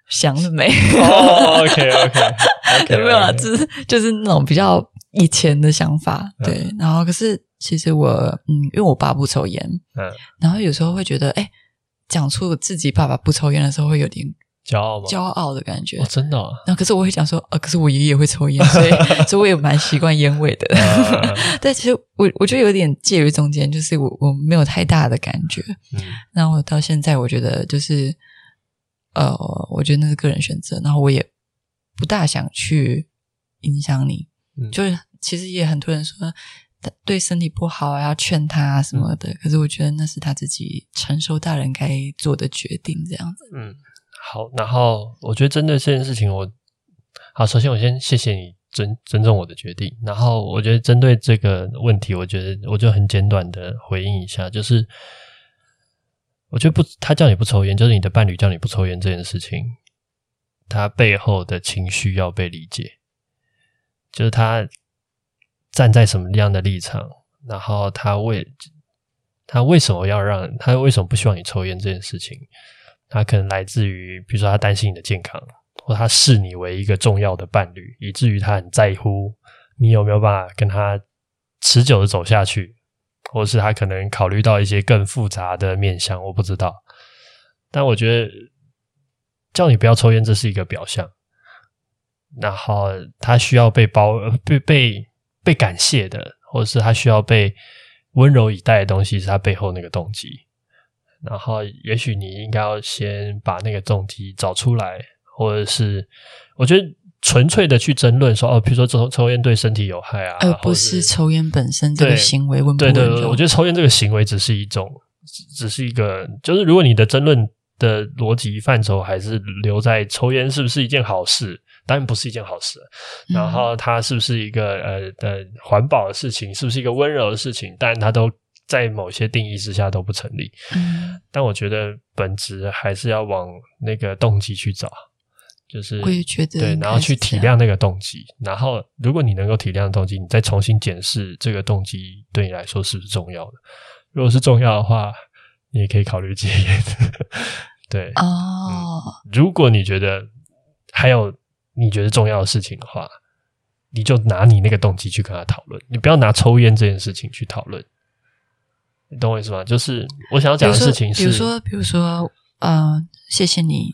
想得美，
哦，OK OK，
(laughs) 啊有没有啊？就是就是那种比较以前的想法，对。然后可是其实我嗯，因为我爸不抽烟，
嗯，
然后有时候会觉得，哎，讲出我自己爸爸不抽烟的时候，会有点
骄傲吗？
骄傲的感觉，
哦，。真的、啊
然后可是我会讲说，呃，可是我爷爷会抽烟，所以所以我也蛮习惯烟味的。
啊
但其实我我觉得有点介于中间，就是我我没有太大的感觉。
嗯
然后我到现在，我觉得就是，呃，我觉得那是个人选择，然后我也不大想去影响你。
嗯
就是其实也很多人说他对身体不好啊，要劝他啊什么的，
嗯
可是我觉得那是他自己成熟大人该做的决定，这样子。
嗯，好。然后我觉得针对这件事情我，好，首先我先谢谢你尊尊重我的决定。然后我觉得针对这个问题，我觉得我就很简短的回应一下，就是我觉得不，他叫你不抽烟，就是你的伴侣叫你不抽烟这件事情，他背后的情绪要被理解，就是他站在什么样的立场，然后他为他为什么要让他为什么不希望你抽烟这件事情，他可能来自于比如说他担心你的健康，或他视你为一个重要的伴侣，以至于他很在乎你有没有办法跟他持久的走下去，或者是他可能考虑到一些更复杂的面向，我不知道。但我觉得叫你不要抽烟，这是一个表象，然后他需要被包呃被被被感谢的，或者是他需要被温柔以待的东西，是他背后那个动机。然后也许你应该要先把那个动机找出来，或者是我觉得纯粹的去争论说哦，比如说抽抽烟对身体有害啊，
而
或
不
者
是抽烟本身这
对
个行为问不
对
温
对，
柔。嗯
对我觉得抽烟这个行为只是一种，只只是一个，就是如果你的争论的逻辑范畴还是留在抽烟是不是一件好事，当然不是一件好事。
嗯
然后它是不是一个呃呃环保的事情，是不是一个温柔的事情，但它都在某些定义之下都不成立。
嗯，
但我觉得本质还是要往那个动机去找，就是
我也觉得
对
应，该
然后去
是这
体
样
谅那个动机，然后如果你能够体谅动机，你再重新检视这个动机对你来说是不是重要的。如果是重要的话，你也可以考虑戒烟。 (laughs) 对，
哦，
如果你觉得还有你觉得重要的事情的话，你就拿你那个动机去跟他讨论，你不要拿抽烟这件事情去讨论。你懂我意思吗？就是我想要
比
讲
如
的
说，
事情是，
比如说，比如说，呃，谢谢你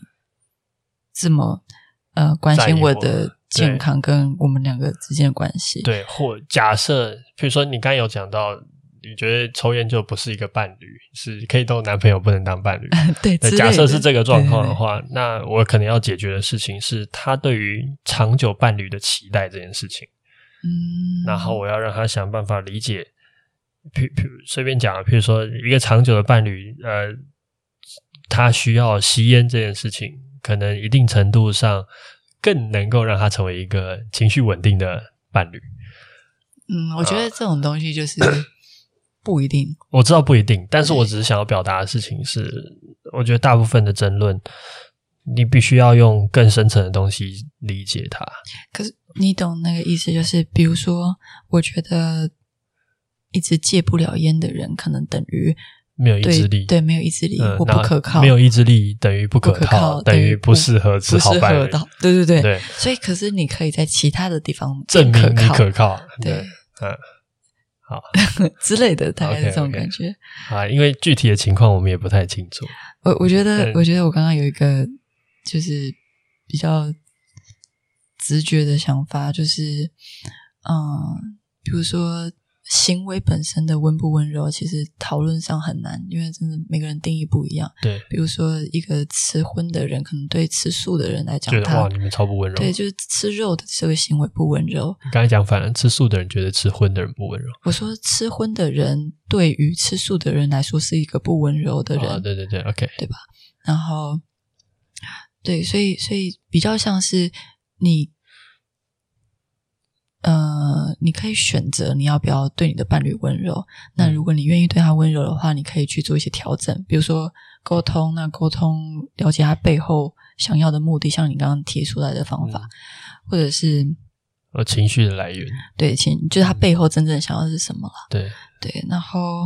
这么呃关
在意
心我
我
的健
对
康跟我们两个之间的关系。
对，或假设，比如说你刚才有讲到，你觉得抽烟就不是一个伴侣，是可以当男朋友，不能当伴侣。
(laughs) 对
对
啊之
假
类
设
的
是这个状况
对
的
对对
话，那我可能要解决的事情是他对于长久伴侣的期待这件事情。
嗯，
然后我要让他想办法理解，譬譬随便讲，啊譬如说一个长久的伴侣，呃，他需要吸烟这件事情，可能一定程度上更能够让他成为一个情绪稳定的伴侣。
嗯，我觉
呃
得这种东西就是不一定，
我知道不一定，但是我只是想要表达的事情是，我觉得大部分的争论，你必须要用更深层的东西理解它。
可是你懂那个意思，就是比如说，我觉得一直戒不了烟的人，可能等于
没有意
对
志力，
对没有意志力
嗯
或
然后
不可靠，
没有意志力等于不可
不可
靠，
靠
等
等
于
于
不
不
适合吃
不
好
适
伴
合
侣。
的，对对对
对，
所以，可是你可以在其他的地方
证明
变
你
可
可
靠
靠，
对，
嗯，好
(laughs) 之类的，大概是这种
OK，OK
感觉。
啊，因为具体的情况我们也不太清楚，
我我觉
对
得，我觉得我刚刚有一个就是比较直觉的想法，就是嗯，比如说行为本身的温不温柔，其实讨论上很难，因为真的每个人定义不一样。
对，
比如说，一个吃荤的人，可能对吃素的人来讲
觉，得哇，
他
你们超不温柔。
对就是吃肉的这个行为不温柔。
你刚才讲反了，吃素的人觉得吃荤的人不温柔，
我说吃荤的人对于吃素的人来说是一个不温柔的人，
啊，对对对，OK，
然后，对，所以所以比较像是你，呃，你可以选择你要不要对你的伴侣温柔。那
嗯
如果你愿意对他温柔的话，你可以去做一些调整，比如说沟通，那沟通了解他背后想要的目的，像你刚刚提出来的方法，
嗯
或者是
呃，情绪的来源，
对，请就是他背后真正想要的是什么。
对，
对，然后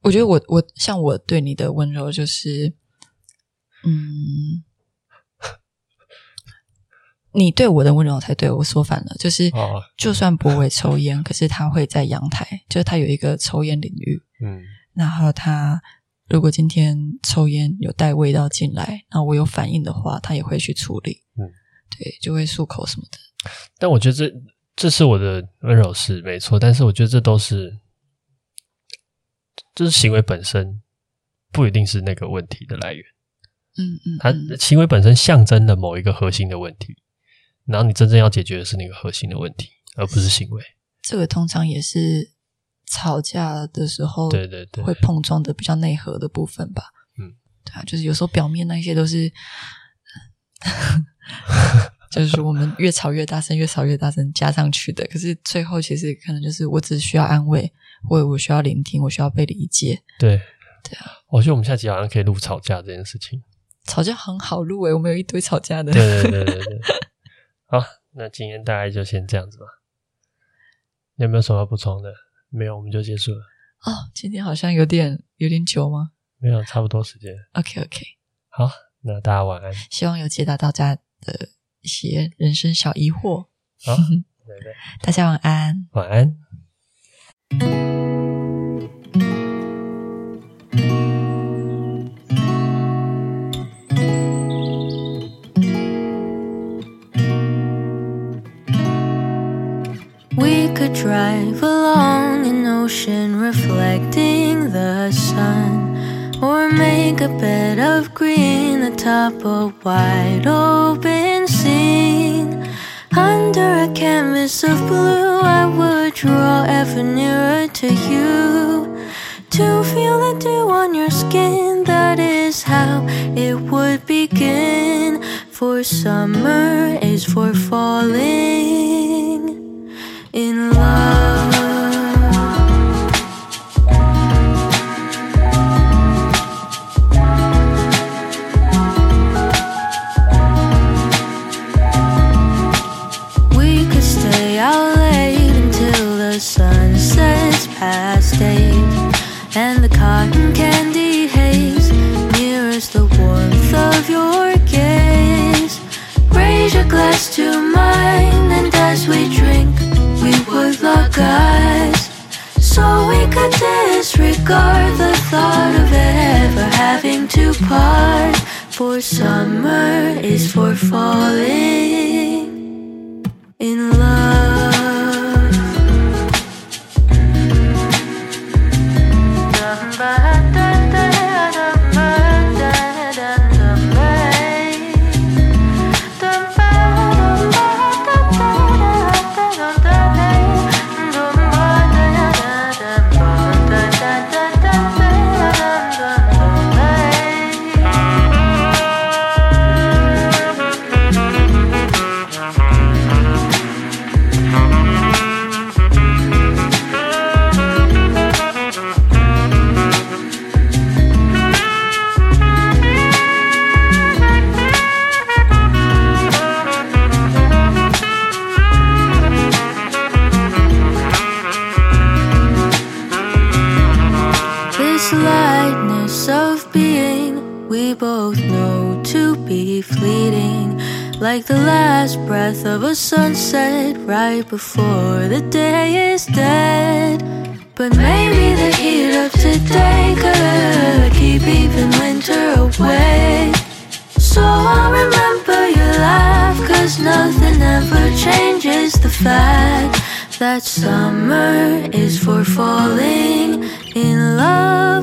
我觉得我我像我对你的温柔就是，嗯，你对我的温柔才对我说反了，就是、
哦
就算博伟抽烟，可是他会在阳台，就是他有一个抽烟领域，
嗯
然后他如果今天抽烟有带味道进来，然后我有反应的话，他也会去处理。
嗯，
对，就会漱口什么的。
但我觉得这这是我的温柔是没错，但是我觉得这都是，这是行为本身不一定是那个问题的来源，
嗯嗯，
它
嗯
行为本身象征了某一个核心的问题，然后你真正要解决的是那个核心的问题，而不是行为。
这个通常也是吵架的时候，
对对对
哦会碰撞的比较内核的部分吧。
嗯，
对啊，就是有时候表面那些都是，呃 (laughs) 就是我们越吵越大声，越吵越大声加上去的。可是最后其实可能就是我只需要安慰，或者我需要聆听，我需要被理解。
对
对
啊，我觉得我们下集好像可以录吵架这件事情。
吵架很好入围，我们有一堆吵架的。
对对对对对。好，那今天大概就先这样子吧。你有没有什么要补充的？没有，我们就结束了。
哦，今天好像有点有点久吗
没有，差不多时间。
？OK OK，
好，那大家晚安，
希望有解答到大家的一些人生小疑惑。
好拜拜，
大家晚安。
晚安。
We could drive along an ocean reflecting the sun, or make a bed of green atop a wide open scene. Under a canvas of blue, I would draw ever nearer to you. To feel the dew on your skin, that is how it would begin. For summer is for falling in love. We could stay out late until the sun sets past eight, and the cotton candy haze mirrors the warmth of your gaze. Raise your glass to mine, and as we drink, we would lock eyes. So we could disregard the thought of ever having to part. For summer is for falling in love. This lightness of being, we both know to be fleeting. Like the last breath of a sunset, right before the day is dead. But maybe the heat of today could keep even winter away. So I'll remember your laugh, cause nothing ever changes the fact that summer is for falling in love.